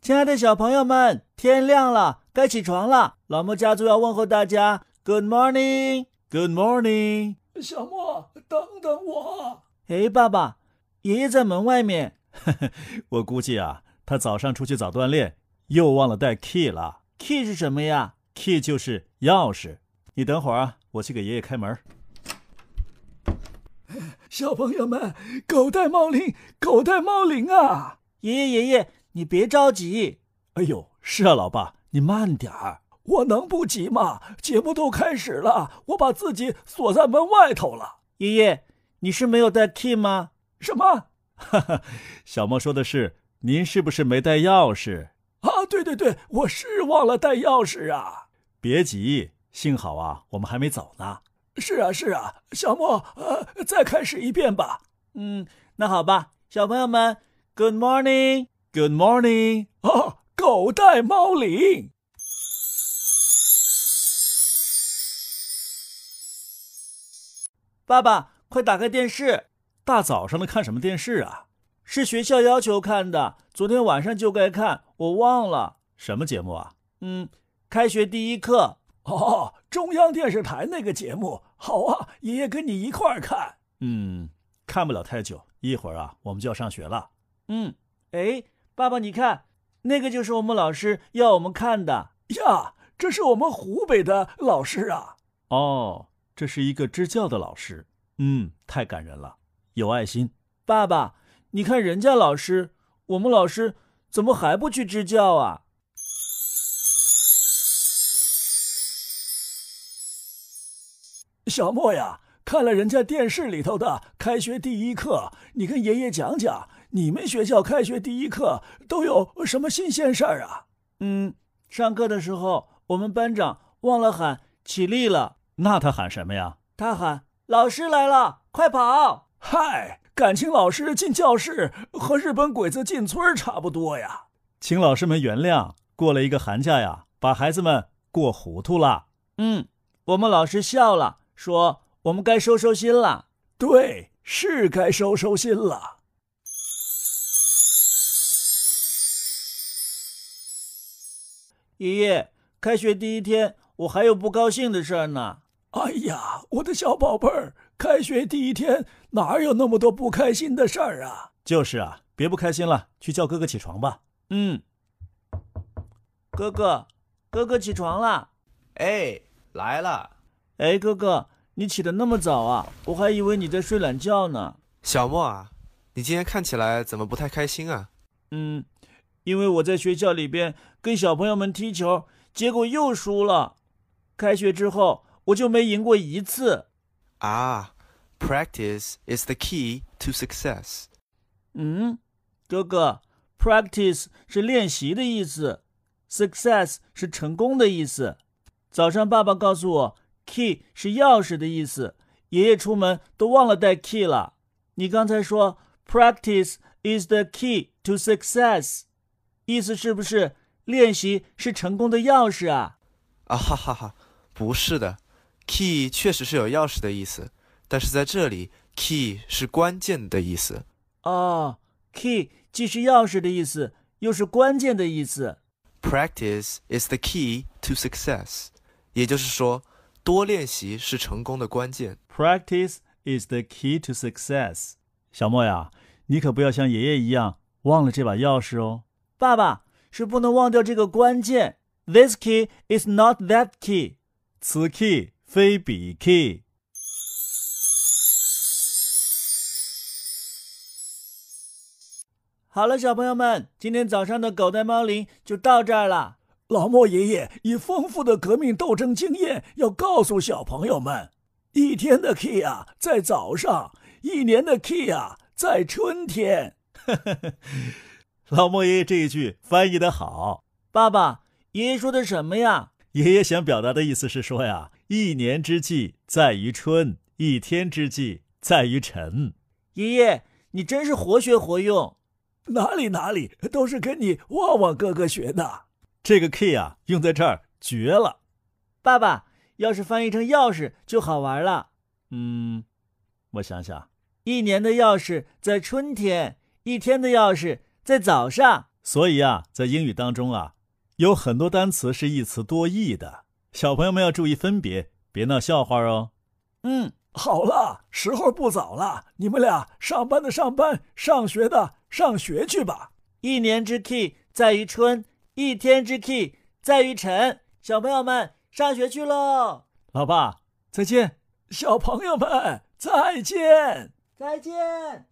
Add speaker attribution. Speaker 1: 亲爱的小朋友们，天亮了，该起床了。老莫家族要问候大家，Good morning，Good morning。
Speaker 2: 小莫，等等我！
Speaker 1: 哎，爸爸，爷爷在门外面。 我估计啊，他早上出去早锻炼，又忘了带 key 了。key 是什么呀？key 就是钥匙。你等会儿啊，我去给爷爷开门。
Speaker 2: 小朋友们，狗带猫铃，狗带猫铃啊！
Speaker 1: 爷爷，爷爷，你别着急。
Speaker 2: 哎呦，
Speaker 1: 是啊，老爸，你慢点儿。
Speaker 2: 我能不急吗？节目都开始了，我把自己锁在门外头了。
Speaker 1: 爷爷，你是没有带 key 吗？
Speaker 2: 什么？
Speaker 1: 哈哈，小莫说的是，您是不是没带钥匙？
Speaker 2: 啊，对对对，我是忘了带钥匙啊。
Speaker 1: 别急，幸好啊，我们还没走呢。
Speaker 2: 是啊，是啊，小莫，呃，再开始一遍吧。
Speaker 1: 嗯，那好吧，小朋友们，Good morning，Good morning，
Speaker 2: 哦，狗带猫铃。
Speaker 1: 爸爸，快打开电视！大早上的看什么电视啊？是学校要求看的，昨天晚上就该看，我忘了什么节目啊？嗯，开学第一课。
Speaker 2: 哦，中央电视台那个节目，好啊，爷爷跟你一块儿看。
Speaker 1: 嗯，看不了太久，一会儿啊，我们就要上学了。嗯，哎，爸爸，你看，那个就是我们老师要我们看的
Speaker 2: 呀，这是我们湖北的老师啊。
Speaker 1: 哦。这是一个支教的老师，嗯，太感人了，有爱心。爸爸，你看人家老师，我们老师怎么还不去支教啊？
Speaker 2: 小莫呀，看了人家电视里头的开学第一课，你跟爷爷讲讲，你们学校开学第一课都有什么新鲜事儿啊？
Speaker 1: 嗯，上课的时候，我们班长忘了喊起立了。那他喊什么呀？他喊老师来了，快跑！
Speaker 2: 嗨，感情老师进教室和日本鬼子进村差不多呀。
Speaker 1: 请老师们原谅，过了一个寒假呀，把孩子们过糊涂了。嗯，我们老师笑了，说我们该收收心了。
Speaker 2: 对，是该收收心了。
Speaker 1: 爷爷，开学第一天，我还有不高兴的事儿呢。
Speaker 2: 哎呀，我的小宝贝儿，开学第一天哪有那么多不开心的事儿啊？
Speaker 1: 就是啊，别不开心了，去叫哥哥起床吧。嗯，哥哥，哥哥起床啦！
Speaker 3: 哎，来了！
Speaker 1: 哎，哥哥，你起得那么早啊？我还以为你在睡懒觉呢。
Speaker 3: 小莫啊，你今天看起来怎么不太开心啊？
Speaker 1: 嗯，因为我在学校里边跟小朋友们踢球，结果又输了。开学之后。我就没赢过一次，
Speaker 3: 啊，practice is the key to success。
Speaker 1: 嗯，哥哥，practice 是练习的意思，success 是成功的意思。早上爸爸告诉我，key 是钥匙的意思。爷爷出门都忘了带 key 了。你刚才说 practice is the key to success，意思是不是练习是成功的钥匙啊？
Speaker 3: 啊哈哈哈，不是的。Key 确实是有钥匙的意思，但是在这里，key 是关键的意思。
Speaker 1: 哦、oh,，key 既是钥匙的意思，又是关键的意思。
Speaker 3: Practice is the key to success，也就是说，多练习是成功的关键。
Speaker 1: Practice is the key to success。小莫呀，你可不要像爷爷一样忘了这把钥匙哦。爸爸是不能忘掉这个关键。This key is not that key。此 key。非彼 key。好了，小朋友们，今天早上的狗带猫铃就到这儿了。
Speaker 2: 老莫爷爷以丰富的革命斗争经验，要告诉小朋友们：一天的 key 啊，在早上；一年的 key 啊，在春天。
Speaker 1: 老莫爷爷这一句翻译的好。爸爸，爷爷说的什么呀？爷爷想表达的意思是说呀，一年之计在于春，一天之计在于晨。爷爷，你真是活学活用，
Speaker 2: 哪里哪里都是跟你旺旺哥哥学的。
Speaker 1: 这个 key 啊，用在这儿绝了。爸爸，要是翻译成钥匙就好玩了。嗯，我想想，一年的钥匙在春天，一天的钥匙在早上。所以啊，在英语当中啊，有很多单词是一词多义的，小朋友们要注意分别，别闹笑话哦。
Speaker 2: 嗯，好了，时候不早了，你们俩上班的上班，上学的上学去吧。
Speaker 1: 一年之 key 在于春，一天之 key 在于晨。小朋友们，上学去喽！老爸，再见。
Speaker 2: 小朋友们，再见，
Speaker 1: 再见。